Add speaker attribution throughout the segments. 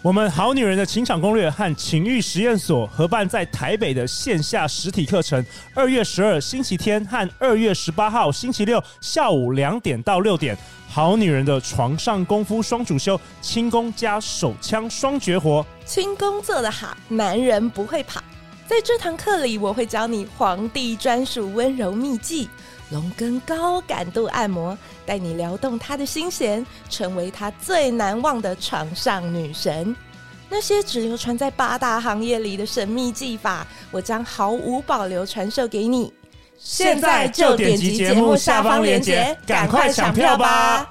Speaker 1: 我们好女人的情场攻略和情欲实验所合办在台北的线下实体课程，二月十二星期天和二月十八号星期六下午两点到六点，好女人的床上功夫双主修，轻功加手枪双绝活。
Speaker 2: 轻功做得好，男人不会跑。在这堂课里，我会教你皇帝专属温柔秘技——龙根高感度按摩，带你撩动她的心弦，成为她最难忘的床上女神。那些只流传在八大行业里的神秘技法，我将毫无保留传授给你。
Speaker 1: 现在就点击节目下方链接赶快抢票吧！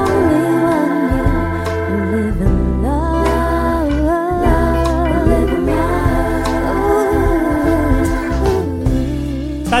Speaker 3: only one you live in love, live in love.
Speaker 1: 大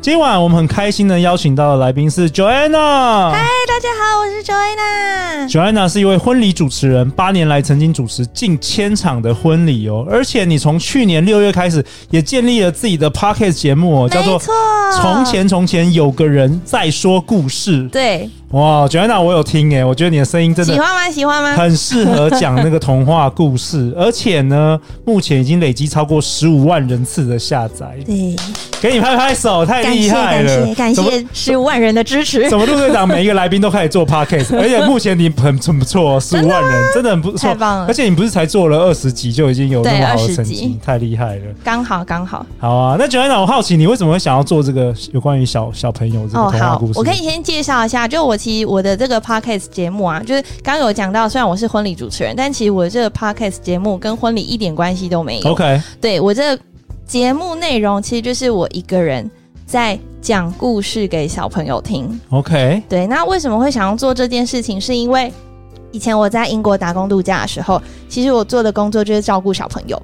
Speaker 1: 今晚我们很开心的邀请到的来宾是 Joanna。
Speaker 2: 大家好，我是 Joanna。
Speaker 1: Joanna 是一位婚礼主持人，八年来曾经主持近千场的婚礼哦。而且你从去年六月开始，也建立了自己的 podcast 节目、哦，叫做
Speaker 2: 没错
Speaker 1: 《从前从前有个人在说故事》。
Speaker 2: 对，
Speaker 1: 哇，Joanna，我有听诶，我觉得你的声音真
Speaker 2: 喜
Speaker 1: 的
Speaker 2: 欢吗？喜欢吗？
Speaker 1: 很适合讲那个童话故事，而且呢， 目前已经累积超过十五万人次的下载，
Speaker 4: 对，
Speaker 1: 给你拍拍手，太
Speaker 4: 感
Speaker 1: 厉
Speaker 4: 谢
Speaker 1: 害
Speaker 4: 感
Speaker 1: 了
Speaker 4: 谢！感
Speaker 1: 怎么
Speaker 4: 谢十五万人的支持，
Speaker 1: 怎么陆队长每一个来宾都开始做 podcast，而且目前你很很不错哦，十五万人，真的很不错，
Speaker 4: 啊太棒了
Speaker 1: 而且你不是才做了二十集就已经有那么
Speaker 4: 对
Speaker 1: 好的
Speaker 4: 20
Speaker 1: 成
Speaker 4: 集
Speaker 1: 绩，太厉害了。
Speaker 4: 刚好刚好。
Speaker 1: 好啊，那九安长，我好奇你为什么会想要做这个有关于小小朋友这个
Speaker 4: 哦，
Speaker 1: 童话
Speaker 4: 好
Speaker 1: 故事？，
Speaker 4: 我可以先介绍一下，就我其实我的这个 podcast 节目啊，就是刚刚有讲到，虽然我是婚礼主持人，但其实我这个 podcast 节目跟婚礼一点关系都没有。
Speaker 1: OK，
Speaker 4: 对我这个节目内容，其实就是我一个人在讲故事给小朋友听。
Speaker 1: OK，
Speaker 4: 对，那为什么会想要做这件事情？是因为以前我在英国打工度假的时候，其实我做的工作就是照顾小朋友。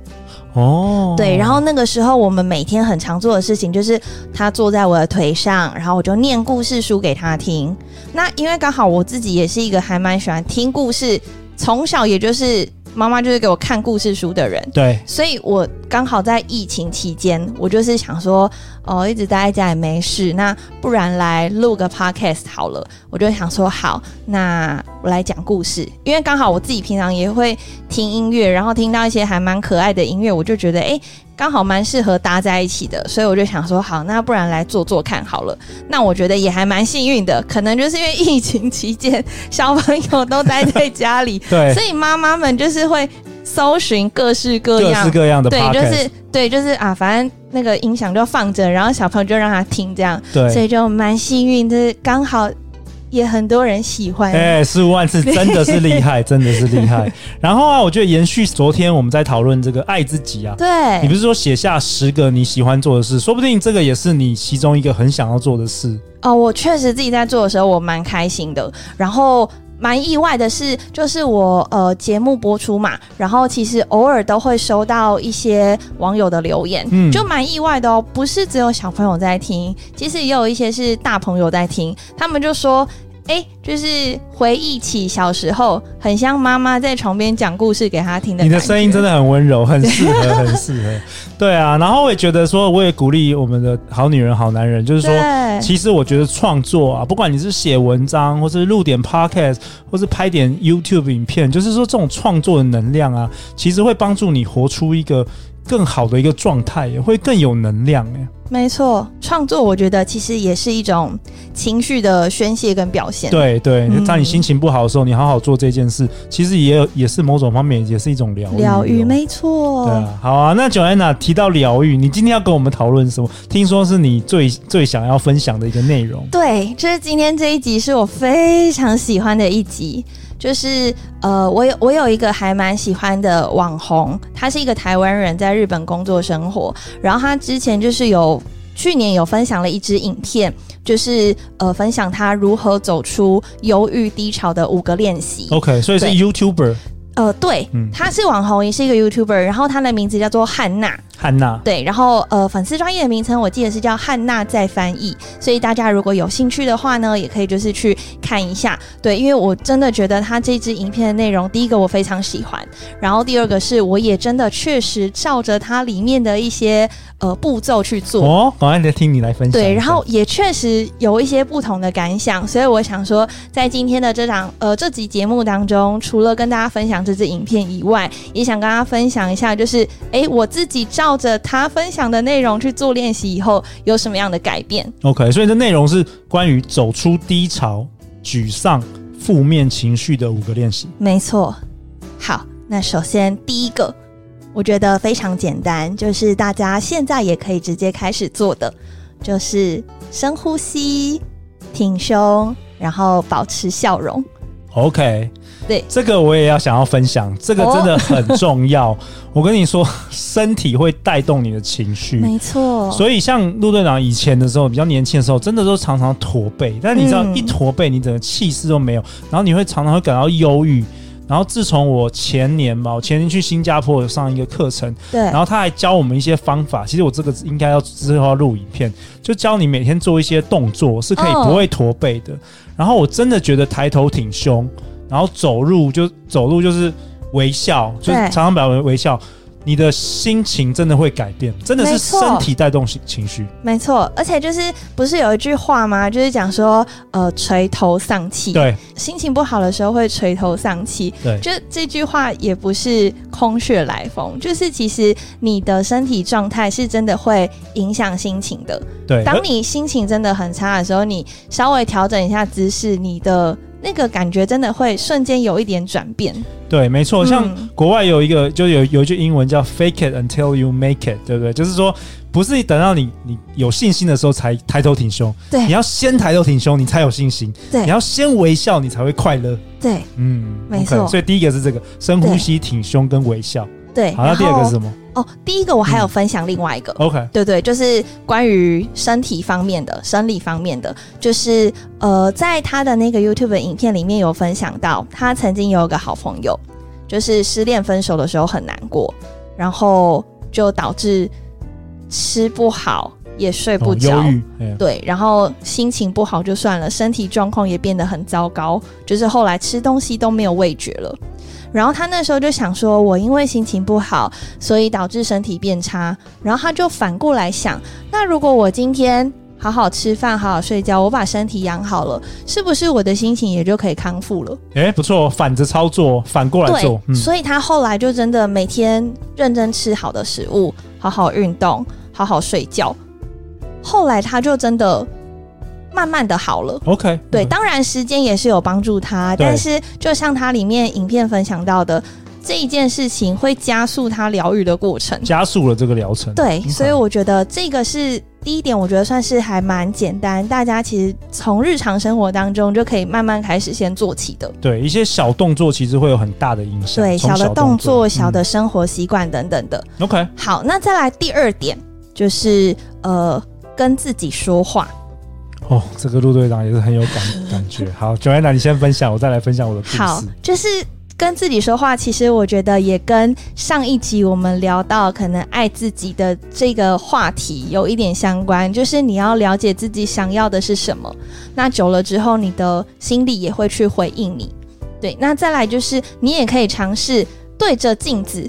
Speaker 1: 哦，
Speaker 4: 对，然后那个时候我们每天很常做的事情就是，他坐在我的腿上，然后我就念故事书给他听。那因为刚好我自己也是一个还蛮喜欢听故事，从小也就是妈妈就是给我看故事书的人，
Speaker 1: 对，
Speaker 4: 所以我刚好在疫情期间，我就是想说，哦，一直待在家也没事，那不然来录个 podcast 好了。我就想说，好，那我来讲故事，因为刚好我自己平常也会听音乐，然后听到一些还蛮可爱的音乐，我就觉得，诶，刚好蛮适合搭在一起的，所以我就想说，好，那不然来做做看好了。那我觉得也还蛮幸运的，可能就是因为疫情期间， 小朋友都待在家里，
Speaker 1: 对
Speaker 4: 所，以妈妈们就是会搜寻各式各
Speaker 1: 各
Speaker 4: 样，
Speaker 1: 式各样的 podcast，
Speaker 4: 对，就是对，就是啊，反正那个音响就放着，然后小朋友就让他听这样，
Speaker 1: 对
Speaker 4: 所以就蛮幸运，就是刚好也很多人喜欢。
Speaker 1: 哎，十五万 次真的是厉害，真的是厉害。然后啊，我觉得延续昨天我们在讨论这个爱自己啊，你不
Speaker 4: 对，
Speaker 1: 是说写下十个你喜欢做的事，说不定这个也是你其中一个很想要做的事。
Speaker 4: 哦，我确实自己在做的时候，我蛮开心的，然后。蛮意外的是，就是我呃节目播出嘛，然后其实偶尔都会收到一些网友的留言，
Speaker 1: 嗯
Speaker 4: 就蛮意外的哦。不是只有小朋友在听，其实也有一些是大朋友在听，他们就说。哎，就是回忆起小时候，很像妈妈在床边讲故事给他听的。
Speaker 1: 你的声音真，的很温柔，很适 合，很适合。对啊，然后我也觉得说，我也鼓励我们的好女人、好男人，就是说，
Speaker 4: 对
Speaker 1: 其实我觉得创作啊，不管你是写文章，或是录点 podcast，或是拍点 YouTube 影片，就是说这种创作的能量啊，其实会帮助你活出一个更好的一个状态，也会更有能量哎、
Speaker 4: 没错。创作我觉得其实也是一种情绪的宣泄跟表现。
Speaker 1: 对对，
Speaker 4: 嗯
Speaker 1: 在你心情不好的时候，你好好做这件事，其实也有也是某种方面也是一种疗愈哦。
Speaker 4: 疗愈，没
Speaker 1: 对
Speaker 4: 错。
Speaker 1: 啊，好啊。那 Joanna 提到疗愈，你今天要跟我们讨论什么？听说是你最最想要分享的一个内容。
Speaker 4: 对，就是今天这一集是我非常喜欢的一集，就是呃，我有我有一个还蛮喜欢的网红，他是一个台湾人，在日本工作生活，然后他之前就是有去年有分享了一支影片，就是呃分享他如何走出忧郁低潮的五个练习。
Speaker 1: OK，所以是
Speaker 4: 对
Speaker 1: YouTuber
Speaker 4: 呃，对
Speaker 1: 哦嗯，
Speaker 4: 他是网红，也是一个 YouTuber，然后他的名字叫做汉娜。
Speaker 1: 汉娜，
Speaker 4: 对，然后呃，粉丝专业的名称我记得是叫汉娜在翻译，所以大家如果有兴趣的话呢，也可以就是去看一下。对，因为我真的觉得他这支影片的内容，第一个我非常喜欢，然后第二个是我也真的确实照着它里面的一些呃步骤去做。
Speaker 1: 哦，赶快来听你来分享一下。
Speaker 4: 对，然后也确实有一些不同的感想，所以我想说，在今天的这档呃这集节目当中，除了跟大家分享这支影片以外，也想跟大家分享一下，就是诶我自己照着他分享的内容去做练习以后，有什么样的改变？
Speaker 1: OK，所以这内容是关于走出低潮、沮丧、负面情绪的五个练习。
Speaker 4: 没错。好，那首先第一个，我觉得非常简单，就是大家现在也可以直接开始做的，就是深呼吸、挺胸，然后保持笑容。
Speaker 1: OK，
Speaker 4: 对哦
Speaker 1: 这个我也要想要分享，这个真的很重要。我跟你说， 身体会带动你的情绪。
Speaker 4: 没错，
Speaker 1: 所以，像陆队长以前的时候，比较年轻的时候，真的都常常驼背。但你知道，
Speaker 4: 嗯
Speaker 1: 一驼背，你整个气势都没有，然后你会常常会感到忧郁。然后，自从我前年吧，我前年去新加坡有上一个课程，
Speaker 4: 对，
Speaker 1: 然后他还教我们一些方法。其实我这个应该要之后要录影片，就教你每天做一些动作是可以
Speaker 4: 哦
Speaker 1: 不会驼背的。然后我真的觉得抬头挺胸，然后走路就走路就是微笑，就
Speaker 4: 对
Speaker 1: 是常常表微微笑。你的心情真的会改变，真的是
Speaker 4: 没错
Speaker 1: 身体带动情情绪。
Speaker 4: 没错，而且就是不是有一句话吗？就是讲说，呃，垂头丧气。，
Speaker 1: 对
Speaker 4: 心情不好的时候会垂头丧气。
Speaker 1: 对，
Speaker 4: 就这句话也不是空穴来风，就是其实你的身体状态是真的会影响心情的。
Speaker 1: 对，
Speaker 4: 当
Speaker 1: 而
Speaker 4: 你心情真的很差的时候，你稍微调整一下姿势，你的那个感觉真的会瞬间有一点转变。
Speaker 1: 对，没错。像
Speaker 4: 嗯
Speaker 1: 国外有一个，就有有一句英文叫 “fake it until you make it”，对不对？就是说，不是等到你你有信心的时候才抬头挺胸，你
Speaker 4: 对
Speaker 1: 要先抬头挺胸，你才有信心；
Speaker 4: 对
Speaker 1: 你要先微笑，你才会快乐。
Speaker 4: 对
Speaker 1: 嗯，
Speaker 4: 没错
Speaker 1: OK，所以第一个是这个深呼吸、挺胸跟微笑。
Speaker 4: 对。
Speaker 1: 好，那
Speaker 4: 然
Speaker 1: 第二个是
Speaker 4: 后
Speaker 1: 什么
Speaker 4: 哦，第一个我还有
Speaker 1: 嗯
Speaker 4: 分享另外一个，
Speaker 1: ？OK，
Speaker 4: 对对，就是关于身体方面的、生理方面的，就是呃，在他的那个 YouTube 影片里面有分享到，他曾经有一个好朋友，就是失恋分手的时候很难过，然后就导致吃不好，也睡不
Speaker 1: 哦
Speaker 4: 着。
Speaker 1: 忧郁，哎呀
Speaker 4: 对，然后心情不好就算了，身体状况也变得很糟糕，就是后来吃东西都没有味觉了。然后他那时候就想说，我因为心情不好，所以导致身体变差。然后他就反过来想，那如果我今天好好吃饭、好好睡觉，我把身体养好了，是不是我的心情也就可以康复了？
Speaker 1: 哎，不错，反着操作，反过来
Speaker 4: 对
Speaker 1: 做，，嗯，
Speaker 4: 所以他后来就真的每天认真吃好的食物，好好运动，好好睡觉。后来他就真的慢慢的好了。
Speaker 1: OK，
Speaker 4: 对，
Speaker 1: 嗯
Speaker 4: 当然时间也是有帮助他，
Speaker 1: 对
Speaker 4: 但是就像他里面影片分享到的，这一件事情会加速他疗愈的过程。
Speaker 1: 加速了这个疗程。
Speaker 4: 对，
Speaker 1: OK
Speaker 4: 所以我觉得这个是第一点，我觉得算是还蛮简单，大家其实从日常生活当中就可以慢慢开始先做起的。
Speaker 1: 对一些小动作其实会有很大的影响，
Speaker 4: 对，
Speaker 1: 从
Speaker 4: 小的动作、小的
Speaker 1: 嗯
Speaker 4: 生活习惯等等的。
Speaker 1: OK，
Speaker 4: 好，那再来第二点就是呃，跟自己说话。
Speaker 1: 哦，这个陆队长也是很有 感感觉。好，Joanna，你先分享，我再来分享我的故
Speaker 4: 好
Speaker 1: 事。，
Speaker 4: 就是跟自己说话，其实我觉得也跟上一集我们聊到可能爱自己的这个话题有一点相关，就是你要了解自己想要的是什么，那久了之后，你的心里也会去回应你。对，那再来就是你也可以尝试对着镜子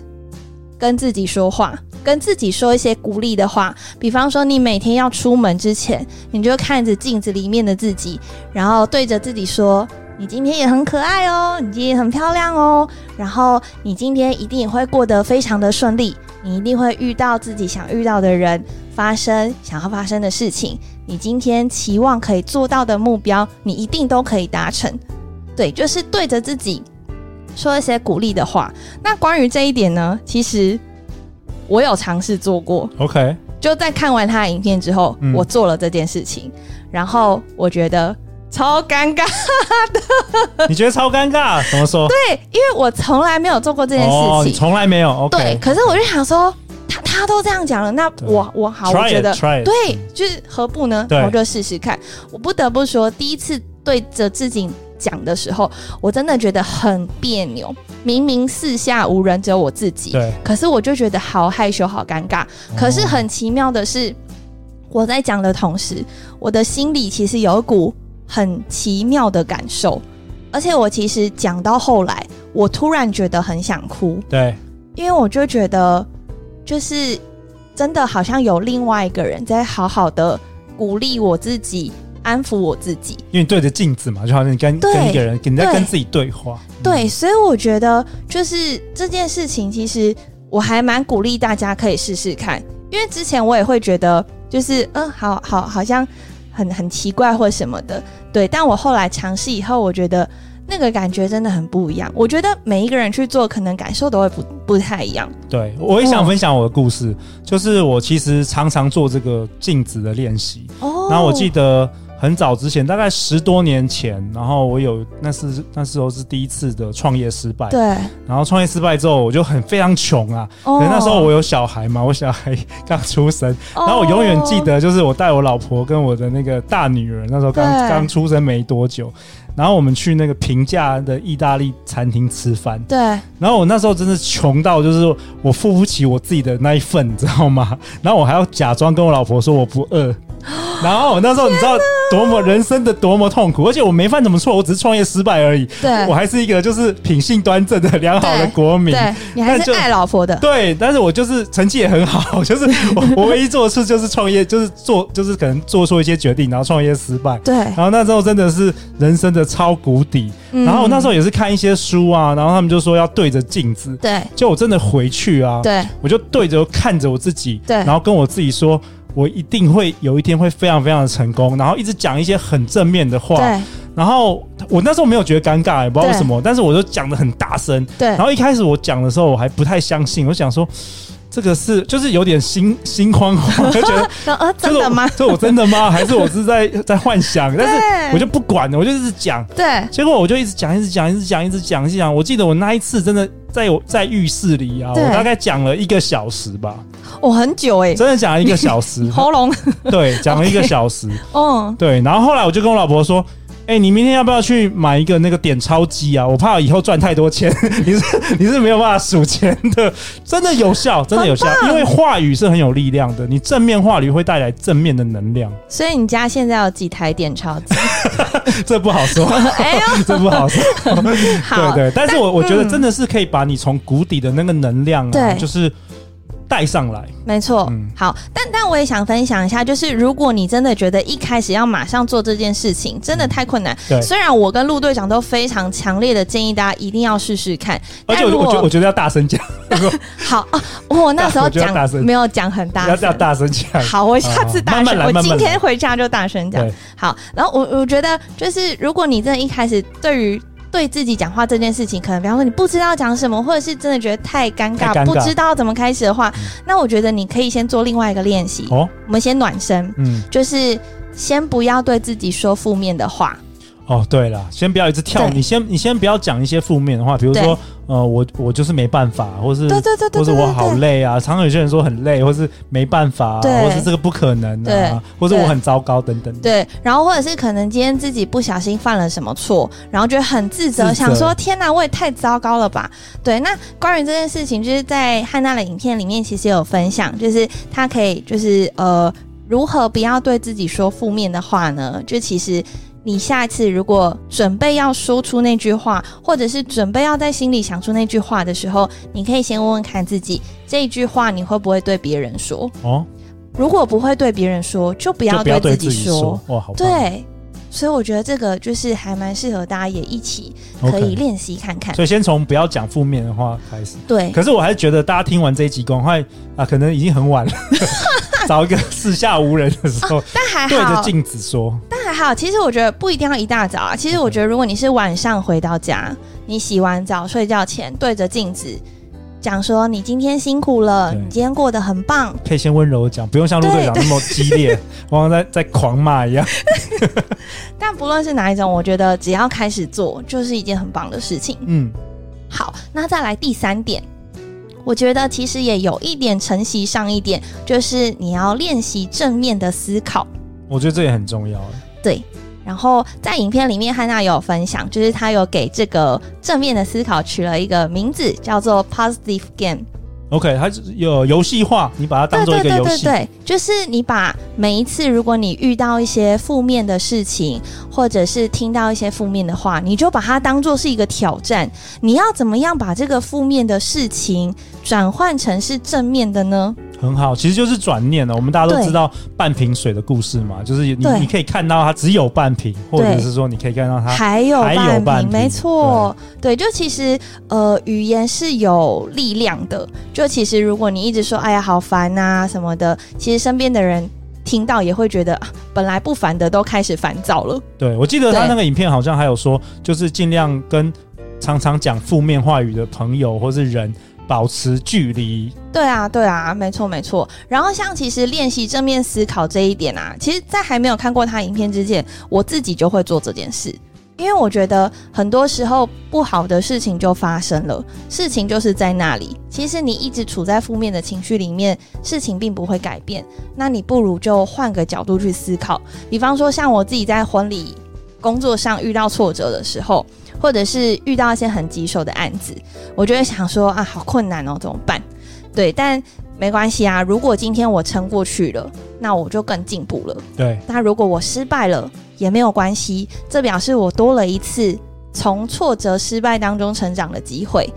Speaker 4: 跟自己说话。跟自己说一些鼓励的话，比方说你每天要出门之前，你就看着镜子里面的自己，然后对着自己说：“你今天也很可爱哦，你今天也很漂亮哦，然后你今天一定也会过得非常的顺利，你一定会遇到自己想遇到的人，发生想要发生的事情，你今天期望可以做到的目标，你一定都可以达成。对，就是对着自己说一些鼓励的话。那关于这一点呢，其实我有尝试做过，
Speaker 1: OK，
Speaker 4: 就在看完他的影片之后，
Speaker 1: 嗯
Speaker 4: 我做了这件事情，然后我觉得超尴尬。
Speaker 1: 你觉得超尴 尬？怎么说？对
Speaker 4: 对，因为我从来没有做过这件
Speaker 1: 哦，
Speaker 4: 事
Speaker 1: 你
Speaker 4: 情。
Speaker 1: 从来没有 OK。
Speaker 4: 对，可是我就想说，他他都这样讲了，那
Speaker 1: 对
Speaker 4: 我我好，我
Speaker 1: try
Speaker 4: 觉
Speaker 1: it,
Speaker 4: 得
Speaker 1: try it
Speaker 4: 对，就是何不呢？
Speaker 1: 对
Speaker 4: 我就试试看。我不得不说，第一次对着自己讲的时候，我真的觉得很别扭，明明四下无人，只有我自己，
Speaker 1: 对，
Speaker 4: 可是我就觉得好害羞、好尴尬。可是很奇妙的是，我在讲的同时，我的心里其实有一股很奇妙的感受，而且我其实讲到后来，我突然觉得很想哭，
Speaker 1: 哦对，
Speaker 4: 因为我就觉得，就是真的好像有另外一个人在好好的鼓励我自己，安抚我自己。
Speaker 1: 因为你对着镜子嘛，就好像你跟
Speaker 4: 对
Speaker 1: 跟一个人，你在跟
Speaker 4: 对
Speaker 1: 自己对话。
Speaker 4: 对，所以我觉得就是这件事情，其实我还蛮鼓励大家可以试试看，因为之前我也会觉得就是嗯，好好好像很很奇怪或什么的，对。但我后来尝试以后，我觉得那个感觉真的很不一样。我觉得每一个人去做，可能感受都会不不太一样。
Speaker 1: 嗯对，我也想
Speaker 4: 哦
Speaker 1: 分享我的故事，就是我其实常常做这个镜子的练习。
Speaker 4: 哦
Speaker 1: 然后我记得很早之前，大概十多年前，然后我有那是那时候是第一次的创业失败。
Speaker 4: 对，
Speaker 1: 然后创业失败之后，我就很非常穷啊。
Speaker 4: 哦
Speaker 1: 可能那时候我有小孩嘛， 我小孩刚出生，
Speaker 4: 然
Speaker 1: 然后我永远记得，就是我带我老婆跟我的那个大女儿，那时候刚
Speaker 4: 对
Speaker 1: 刚出生没多久，然后我们去那个平价的意大利餐厅吃饭，
Speaker 4: 对，
Speaker 1: 然后我那时候真的穷到，就是我付不起我自己的那一份，你知道吗？ 然后我还要假装跟我老婆说我不 饿。然后我那时候你知道多么人生的多么痛苦，而且我没犯什么错，我只是创业失败而已。
Speaker 4: 对
Speaker 1: 我还是一个就是品性端正的良好的
Speaker 4: 对
Speaker 1: 国民。
Speaker 4: 对，你还
Speaker 1: 那
Speaker 4: 是
Speaker 1: 就
Speaker 4: 爱老婆的，
Speaker 1: 对，但是我就是成绩也很好， 就是我我唯一做的事就是创业，就是做 就是可能做出一些决定，然后创业失败。
Speaker 4: 对。嗯
Speaker 1: 然后那时候真的是人生的超谷底，然后那时
Speaker 4: 候
Speaker 1: 候也是看一些书啊，然后他们就说要对着镜子，
Speaker 4: 对
Speaker 1: 就我真的回去啊，
Speaker 4: 对
Speaker 1: 我就对着看着我自己，
Speaker 4: 对
Speaker 1: 然后跟我自己说，我一定会有一天会非常非常的成功，然后一直讲一些很正面的话，
Speaker 4: 对
Speaker 1: 然后我那时候没有觉得尴尬，也不知道为什么，但是我就讲的很大声，
Speaker 4: 对
Speaker 1: 然后一开始我讲的时候我还不太相信，我想说。这个是就是有点心心慌慌，就觉得
Speaker 4: 然后呃，真的吗？
Speaker 1: 这是我这我真的吗？还是我是在在幻想？但是
Speaker 4: 对
Speaker 1: 我就不管了，我就一直讲，
Speaker 4: 对
Speaker 1: 结果我就一直讲，一直讲，一直讲，一直讲，一直讲。我记得我那一次真的在我在浴室里啊，我
Speaker 4: 对
Speaker 1: 大概讲了一个小时吧，
Speaker 4: 我很久哎，
Speaker 1: 真的讲了一个小时，
Speaker 4: 喉咙，
Speaker 1: 对，讲了一个小时，
Speaker 4: 嗯，
Speaker 1: 对。然后后来我就跟我老婆说。哎、你明天要不要去买一个那个点钞机啊？我怕以后赚太多钱， 你是你是没有办法数钱的。 真的有效，真的有效，因为话语是很有力量的。你正面话语会带来正面的能量，
Speaker 4: 所以你家现在有几台点钞机？
Speaker 1: 这不好说，
Speaker 4: 哎呦，
Speaker 1: 这不好说。
Speaker 4: 好，
Speaker 1: 对对，但是我我觉得真的是可以把你从谷底的那个能量啊，
Speaker 4: 对
Speaker 1: 就是带上来。
Speaker 4: 没错，
Speaker 1: 嗯
Speaker 4: 好，但但我也想分享一下，就是如果你真的觉得一开始要马上做这件事情，真的太困难。
Speaker 1: 对
Speaker 4: 虽然我跟陆队长都非常强烈的建议大家一定要试试看，
Speaker 1: 而且
Speaker 4: 但如
Speaker 1: 我我觉得我
Speaker 4: 果
Speaker 1: 觉得要大声讲，
Speaker 4: 好啊，我那时候
Speaker 1: 我觉得要
Speaker 4: 讲
Speaker 1: 大声
Speaker 4: 没有讲很大
Speaker 1: 要
Speaker 4: 声
Speaker 1: 要大声讲。
Speaker 4: 好，我下次大
Speaker 1: 啊
Speaker 4: 声，
Speaker 1: 慢慢来
Speaker 4: 我
Speaker 1: 慢慢
Speaker 4: 今
Speaker 1: 来
Speaker 4: 天回家就大声讲
Speaker 1: 对。
Speaker 4: 好，然后我我觉得就是，如果你真的一开始对于对自己讲话这件事情，可能比方说你不知道讲什么，或者是真的觉得太尴尬，
Speaker 1: 太尴尬嗯
Speaker 4: 不知道怎么开始的话，那我觉得你可以先做另外一个练习，
Speaker 1: 哦，
Speaker 4: 我们先暖身，
Speaker 1: 嗯，
Speaker 4: 就是先不要对自己说负面的话。
Speaker 1: 哦，对了，先不要一直跳，
Speaker 4: 对
Speaker 1: 你先你先不要讲一些负面的话，比如说，呃，我我就是没办法，或是
Speaker 4: 对对对对
Speaker 1: 或
Speaker 4: 对
Speaker 1: 是
Speaker 4: 对
Speaker 1: 我好
Speaker 4: 对
Speaker 1: 累啊，常常有些人说很累，或是没办法啊，
Speaker 4: 对
Speaker 1: 或是这个不可能
Speaker 4: 对
Speaker 1: 啊，或是我
Speaker 4: 对
Speaker 1: 很糟糕等等。
Speaker 4: 对，然后或者是可能今天自己不小心犯了什么错，然后觉得很自责，
Speaker 1: 自责
Speaker 4: 想说天哪，我也太糟糕了吧？对，那关于这件事情，就是在汉娜的影片里面其实有分享，就是她可以就是呃，如何不要对自己说负面的话呢？就其实。你下次如果准备要说出那句话，或者是准备要在心里想出那句话的时候，你可以先问问看自己，这一句话你会不会对别人说？
Speaker 1: 哦，
Speaker 4: 如果不会对别人说，就不
Speaker 1: 就
Speaker 4: 要
Speaker 1: 不要对
Speaker 4: 对自
Speaker 1: 自
Speaker 4: 己
Speaker 1: 己
Speaker 4: 说
Speaker 1: 说。，哦哇，好棒，
Speaker 4: 对，所以我觉得这个就是还蛮适合大家也一起
Speaker 1: OK
Speaker 4: 可以练习看看。
Speaker 1: 所以先从不要讲负面的话开始。
Speaker 4: 对，
Speaker 1: 可是我还是觉得大家听完这一集，赶快啊，可能已经很晚 了，找一个四下无人的时候，
Speaker 4: 但还
Speaker 1: 对着
Speaker 4: 好，
Speaker 1: 镜子说，
Speaker 4: 但还好。其实我觉得不一定要一大早啊。其实我觉得如果你是晚上回到家，你洗完澡睡觉前对着镜子讲说：“你今天辛苦了，
Speaker 1: 对
Speaker 4: 你今天过得很棒。
Speaker 1: 可以先温柔地讲，不用像陆队长那么激烈， 往往在在狂骂一样。”
Speaker 4: 但不论是哪一种，我觉得只要开始做，就是一件很棒的事情。
Speaker 1: 嗯，
Speaker 4: 好，那再来第三点，我觉得其实也有一点承袭上一点，就是你要练习正面的思考。
Speaker 1: 我觉得这也很重要。
Speaker 4: 对，然后在影片里面，汉娜有分享，就是她有给这个正面的思考取了一个名字，叫做 Positive Game。
Speaker 1: OK，它是有游戏化，你把它当做一个游戏。
Speaker 4: 对，就是你把每一次，如果你遇到一些负面的事情，或者是听到一些负面的话，你就把它当做是一个挑战。你要怎么样把这个负面的事情转换成是正面的呢？
Speaker 1: 很好，其实就是转念哦了。我们大家都
Speaker 4: 对
Speaker 1: 知道半瓶水的故事嘛，就是你
Speaker 4: 对
Speaker 1: 你可以看到它只有半瓶，或者
Speaker 4: 对
Speaker 1: 是说你可以看到它
Speaker 4: 还有
Speaker 1: 还有
Speaker 4: 半
Speaker 1: 半瓶
Speaker 4: 没错，对，就其实呃，语言是有力量的。就其实如果你一直说“哎呀，好烦啊”什么的，其实身边的人听到也会觉得，啊本来不烦的都开始烦躁了。
Speaker 1: 对，我记得他
Speaker 4: 对
Speaker 1: 那个影片好像还有说，就是尽量跟常常讲负面话语的朋友或是人保持距离。
Speaker 4: 对啊，对啊，没错没错。然后像其实练习正面思考这一点啊，其实，在还没有看过他影片之前，我自己就会做这件事，因为我觉得很多时候不好的事情就发生了，事情就是在那里。其实你一直处在负面的情绪里面，事情并不会改变。那你不如就换个角度去思考，比方说像我自己在婚礼工作上遇到挫折的时候，或者是遇到一些很棘手的案子，我就会想说啊，好困难哦，怎么办？对，但没关系啊。如果今天我撑过去了，那我就更进步了。
Speaker 1: 对，
Speaker 4: 那如果我失败了，也没有关系，这表示我多了一次从挫折、失败当中成长的机会。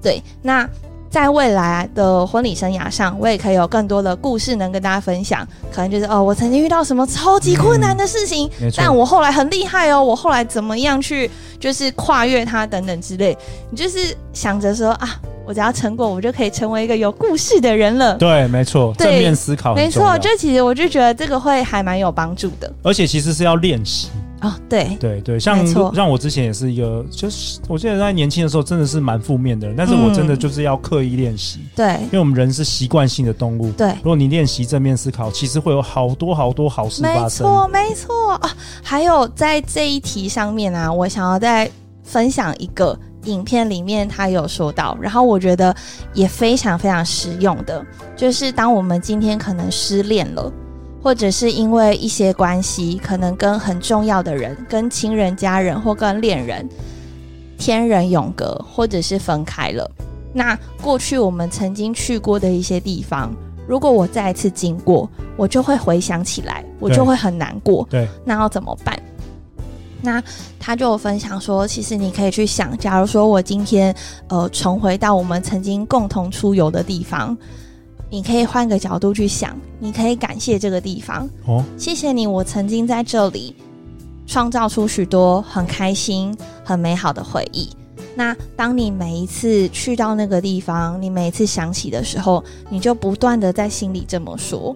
Speaker 4: 对，那在未来的婚礼生涯上，我也可以有更多的故事能跟大家分享。可能就是哦，我曾经遇到什么超级困难的事情，
Speaker 1: 没错。
Speaker 4: 但我后来很厉害哦，我后来怎么样去就是跨越它等等之类，你就是想着说啊，我只要成果，我就可以成为一个有故事的人了。
Speaker 1: 对，没错，
Speaker 4: 对
Speaker 1: 正面思考很
Speaker 4: 没
Speaker 1: 重要
Speaker 4: 错，就其实我就觉得这个会还蛮有帮助的
Speaker 1: 而且其实是要练习。
Speaker 4: 哦。对，
Speaker 1: 对对，像
Speaker 4: 没错
Speaker 1: 像我之前也是一个，就是我记得在年轻的时候真的是蛮负面的人，但是我真的
Speaker 4: 嗯
Speaker 1: 就是要刻意练习，
Speaker 4: 对，
Speaker 1: 因为我们人是习惯性的动物。
Speaker 4: 对
Speaker 1: 如果你练习正面思考，其实会有好多好多好事
Speaker 4: 没
Speaker 1: 发生。
Speaker 4: 错，没错啊。还有在这一题上面啊，我想要再分享一个影片里面他有说到，然后我觉得也非常非常实用的，就是当我们今天可能失恋了。或者是因为一些关系，可能跟很重要的人、跟亲人、家人或跟恋人，天人永隔，或者是分开了。那过去我们曾经去过的一些地方，如果我再一次经过，我就会回想起来，我就
Speaker 1: 对
Speaker 4: 会很难过。
Speaker 1: 对，
Speaker 4: 那要怎么办？那他就有分享说，其实你可以去想，假如说我今天呃重回到我们曾经共同出游的地方，你可以换个角度去想，你可以感谢这个地方，
Speaker 1: 哦，
Speaker 4: 谢谢你，我曾经在这里创造出许多很开心、很美好的回忆。那当你每一次去到那个地方，你每一次想起的时候，你就不断的在心里这么说。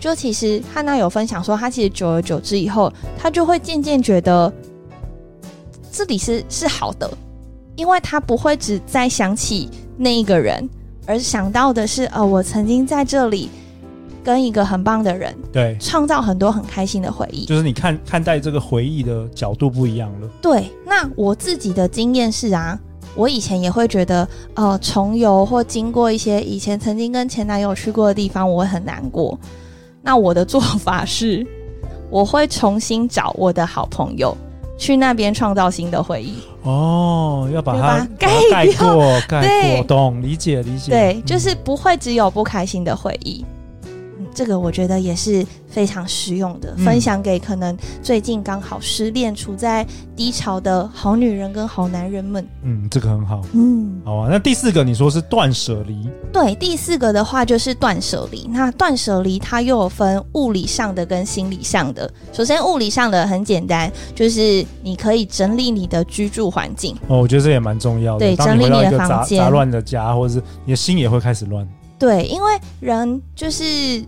Speaker 4: 就其实汉娜有分享说，她其实久而久之以后，她就会渐渐觉得这里是是好的，因为她不会只在想起那一个人，而想到的是，呃，我曾经在这里跟一个很棒的人
Speaker 1: 对，
Speaker 4: 创造很多很开心的回忆。
Speaker 1: 就是你看看待这个回忆的角度不一样了。
Speaker 4: 对，那我自己的经验是啊，我以前也会觉得，呃，重游或经过一些以前曾经跟前男友去过的地方，我会很难过。那我的做法是， 我会重新找我的好朋友。去那边创造新的回忆，
Speaker 1: 哦，要把它
Speaker 4: 要把
Speaker 1: 把
Speaker 4: 它
Speaker 1: 它
Speaker 4: 盖
Speaker 1: 盖
Speaker 4: 掉
Speaker 1: 过，盖
Speaker 4: 对
Speaker 1: 过，懂？理解，理解。
Speaker 4: 对，
Speaker 1: 嗯
Speaker 4: 就是不会只有不开心的回忆。嗯这个我觉得也是非常实用的，
Speaker 1: 嗯
Speaker 4: 分享给可能最近刚好失恋、处在低潮的好女人跟好男人们。
Speaker 1: 嗯，这个很好。
Speaker 4: 嗯，
Speaker 1: 好啊，那第四个你说是断舍离，
Speaker 4: 对，第四个的话就是断舍离。那断舍离它又有分物理上的跟心理上的。首先，物理上的很简单，就是你可以整理你的居住环境。
Speaker 1: 哦，我觉得这也蛮重要的。
Speaker 4: 对
Speaker 1: 当你
Speaker 4: 整理
Speaker 1: 回到
Speaker 4: 你
Speaker 1: 一
Speaker 4: 的
Speaker 1: 个
Speaker 4: 房
Speaker 1: 杂
Speaker 4: 间
Speaker 1: 杂乱的家，或者是你的心也会开始乱。
Speaker 4: 对，因为人就是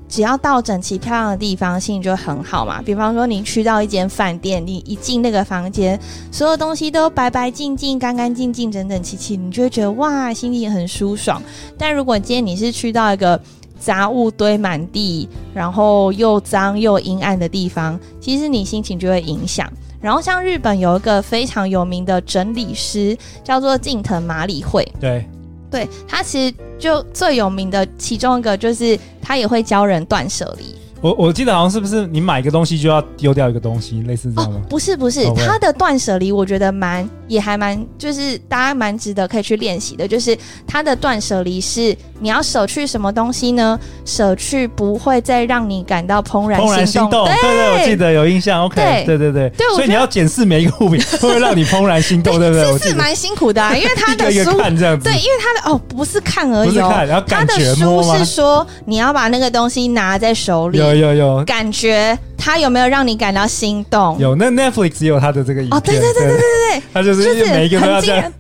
Speaker 4: 只要到整齐漂亮的地方，心情就会很好嘛。比方说，你去到一间饭店，你一进那个房间，所有东西都白白净净、干干净净、整整齐齐，你就会觉得哇，心情很舒爽。但如果今天你是去到一个杂物堆满地，然后又脏又阴暗的地方，其实你心情就会影响。然后，像日本有一个非常有名的整理师，叫做近藤麻里惠，
Speaker 1: 对，
Speaker 4: 对他其实就最有名的其中一个就是他也会教人断舍离。
Speaker 1: 我我记得好像是不是你买一个东西就要丢掉一个东西，类似这样
Speaker 4: 哦
Speaker 1: 吗，？
Speaker 4: 不是不是，
Speaker 1: OK
Speaker 4: 他的断舍离我觉得蛮也还蛮，就是大家蛮值得可以去练习的。就是他的断舍离是你要舍去什么东西呢？舍去不会再让你感到怦然
Speaker 1: 怦然
Speaker 4: 心
Speaker 1: 心
Speaker 4: 动。
Speaker 1: 动，对对，我记得有印象。OK，对
Speaker 4: 对
Speaker 1: 对对，
Speaker 4: 对我
Speaker 1: 所以你
Speaker 4: 觉
Speaker 1: 要检视每一个物品会不会让你怦然心 动，对不对？我
Speaker 4: 这
Speaker 1: 记
Speaker 4: 是
Speaker 1: 得
Speaker 4: 蛮辛苦的、啊，因为他 的
Speaker 1: 一个一
Speaker 4: 书
Speaker 1: 个看这样子，
Speaker 4: 对，因为他的哦不是看而
Speaker 1: 不
Speaker 4: 已
Speaker 1: 是
Speaker 4: 哦
Speaker 1: 看，，然后
Speaker 4: 他
Speaker 1: 感
Speaker 4: 的
Speaker 1: 觉
Speaker 4: 书
Speaker 1: 摸吗
Speaker 4: 是？说你要把那个东西拿在手里，
Speaker 1: 有有有
Speaker 4: 感觉它有没有让你感到心动？
Speaker 1: 有，那 Netflix 也有它的这个影片，
Speaker 4: 哦对对对对对
Speaker 1: 对，它就
Speaker 4: 就是是
Speaker 1: 每一个都要
Speaker 4: 很
Speaker 1: 这
Speaker 4: 惊
Speaker 1: 样
Speaker 4: 人，，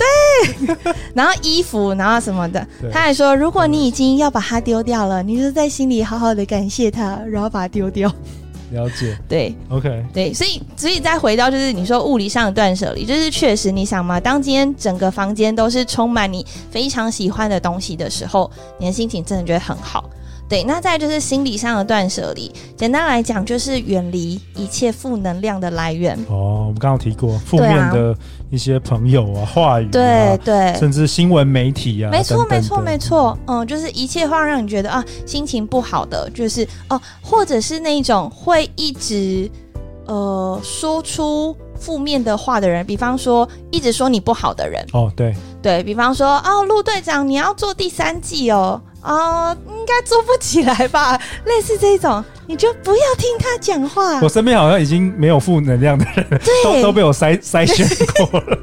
Speaker 4: 对。 然后衣服，然后什么的
Speaker 1: 对，
Speaker 4: 他还说，如果你已经要把它丢掉了，你就在心里好好的感谢它，然后把它丢掉。
Speaker 1: 了解。
Speaker 4: 对
Speaker 1: OK，
Speaker 4: 对，所以所以再回到就是你说物理上的断舍离，就是确实你想嘛，当今天整个房间都是充满你非常喜欢的东西的时候，你的心情真的就会很好。对，那再就是心理上的断舍离，简单来讲就是远离一切负能量的来源。
Speaker 1: 哦，我们刚刚提过负
Speaker 4: 对
Speaker 1: 面
Speaker 4: 啊
Speaker 1: 的一些朋友啊、话语啊，
Speaker 4: 对对，
Speaker 1: 甚至新闻媒体啊，
Speaker 4: 没错
Speaker 1: 等，等
Speaker 4: 没错，
Speaker 1: 的
Speaker 4: 没。错。嗯，就是一切话让你觉得啊，心情不好的，就是哦，或者是那种会一直呃说出负面的话的人，比方说一直说你不好的人，
Speaker 1: 哦，对，
Speaker 4: 对比方说哦，陆队长你要做第三季哦，哦，应该做不起来吧，类似这种，你就不要听他讲话
Speaker 1: 我。身边好像已经没有负能量的人，都都
Speaker 4: 啊对
Speaker 1: 被我筛筛选过 了，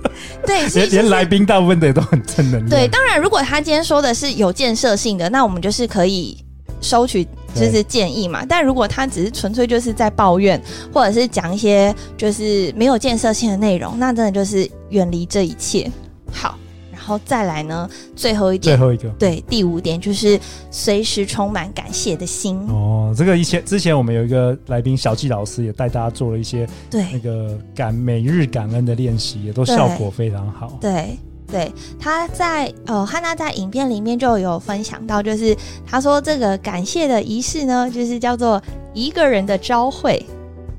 Speaker 4: 对，所以
Speaker 1: 连
Speaker 4: 就是
Speaker 1: 连来宾大部分的也都很正能量。
Speaker 4: 对，当然，如果他今天说的是有建设性的，那我们就是可以收取就是建议嘛。但如果他只是纯粹就是在抱怨，或者是讲一些就是没有建设性的内容，那真的就是远离这一切。好，然后再来呢，最后一
Speaker 1: 最
Speaker 4: 点，
Speaker 1: 后一个
Speaker 4: 对，第五点就是随时充满感谢的心。
Speaker 1: 哦，这个以前之前我们有一个来宾小纪老师也带大家做了一些那
Speaker 4: 对
Speaker 1: 个感每日感恩的练习，也都
Speaker 4: 对
Speaker 1: 效果非常好。
Speaker 4: 对。对，他在呃，汉娜在影片里面就有分享到，就是他说这个感谢的仪式呢，就是叫做一个人的朝会。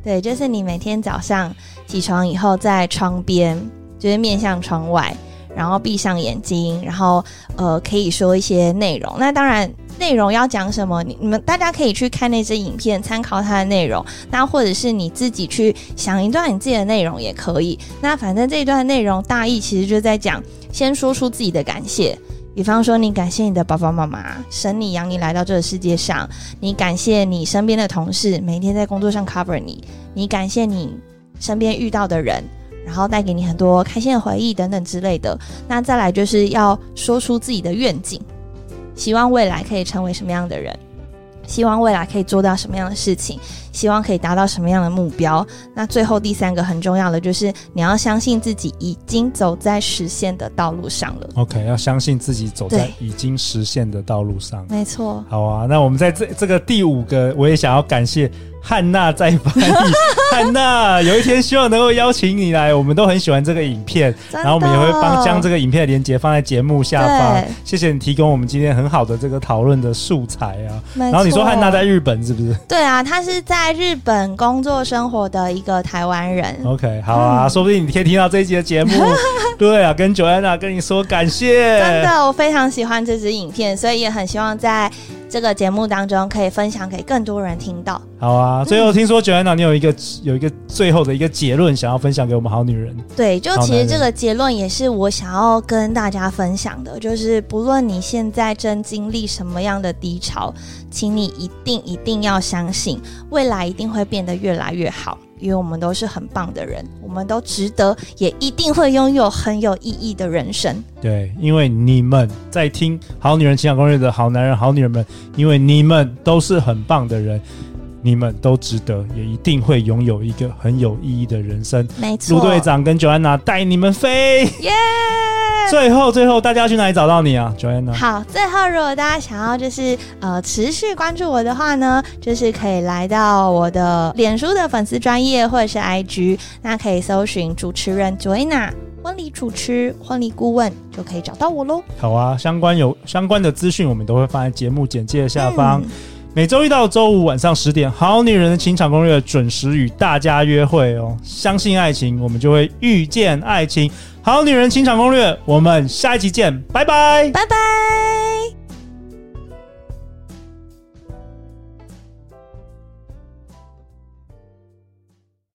Speaker 4: 对，就是你每天早上起床以后，在窗边，就是面向窗外，然后闭上眼睛，然后呃，可以说一些内容。那当然，内容要讲什么，你你们大家可以去看那支影片，参考它的内容。那或者是你自己去想一段你自己的内容也可以。那反正这一段内容大意其实就在讲，先说出自己的感谢。比方说，你感谢你的爸爸妈妈生你养你来到这个世界上，你感谢你身边的同事每天在工作上 cover 你，你感谢你身边遇到的人，然后带给你很多开心的回忆等等之类的。那再来就是要说出自己的愿景，希望未来可以成为什么样的人，希望未来可以做到什么样的事情，希望可以达到什么样的目标。那最后第三个很重要的就是你要相信自己已经走在实现的道路上了。
Speaker 1: OK，要相信自己走在
Speaker 4: 对
Speaker 1: 已经实现的道路上。
Speaker 4: 没错，
Speaker 1: 好啊，那我们在这这个第五个，我也想要感谢汉娜在翻译。 汉娜，有一天希望能够邀请你来，我们都很喜欢这个影 片，然后我们也会帮将这
Speaker 4: 个
Speaker 1: 个影片的连接放在节目下方
Speaker 4: 对。
Speaker 1: 谢谢你提供我们今天很好的这个讨论的素材啊。
Speaker 4: 然
Speaker 1: 然后你说汉娜在日本是不 是
Speaker 4: 对啊，他是在日本工作生活的一个台湾人。
Speaker 1: ？OK，好啊，说不定你可以听到这一集的节目。对啊，跟九安娜跟你说感谢。
Speaker 4: 真的，我非常喜欢这支影片，所以也很希望在这个节目当中可以分享给更多人听到。
Speaker 1: 好啊，最后听说九安娜你有一个有一个最后的一个结论想要分享给我们好女人。
Speaker 4: 对，就
Speaker 1: 好
Speaker 4: 其
Speaker 1: 男
Speaker 4: 实
Speaker 1: 人
Speaker 4: 这个结论也是我想要跟大家分享的，就是不论你现在正经历什么样的低潮，请你一定一定要相信，未来一定会变得越来越好，因为我们都是很棒的人，我们都值得，也一定会拥有很有意义的人生。
Speaker 1: 对，因为你们在听《好女人情感攻略》的好男人、好女人们，因为你们都是很棒的人，你们都值得，也一定会拥有一个很有意义的人生。
Speaker 4: 没错，
Speaker 1: 陆队，长跟 Joanna 带你们 飞。
Speaker 4: 耶、
Speaker 1: 最后，最后，大家要去哪里找到你啊，Joanna？
Speaker 4: 好，最后如果大家想要就是呃持续关注我的话呢，就是可以来到我的脸书的粉丝专业或者是 IG，那可以搜寻主持人 Joanna 婚礼主持、婚礼顾问就可以找到我喽。
Speaker 1: 好啊，相关有相关的资讯，我们都会放在节目简介下方。
Speaker 4: 嗯
Speaker 1: 每周一到周五晚上十点，《好女人的情场攻略》准时与大家约会哦。相信爱情，我们就会遇见爱情。《好女人情场攻略》，我们下一集见，拜拜。
Speaker 4: 拜拜。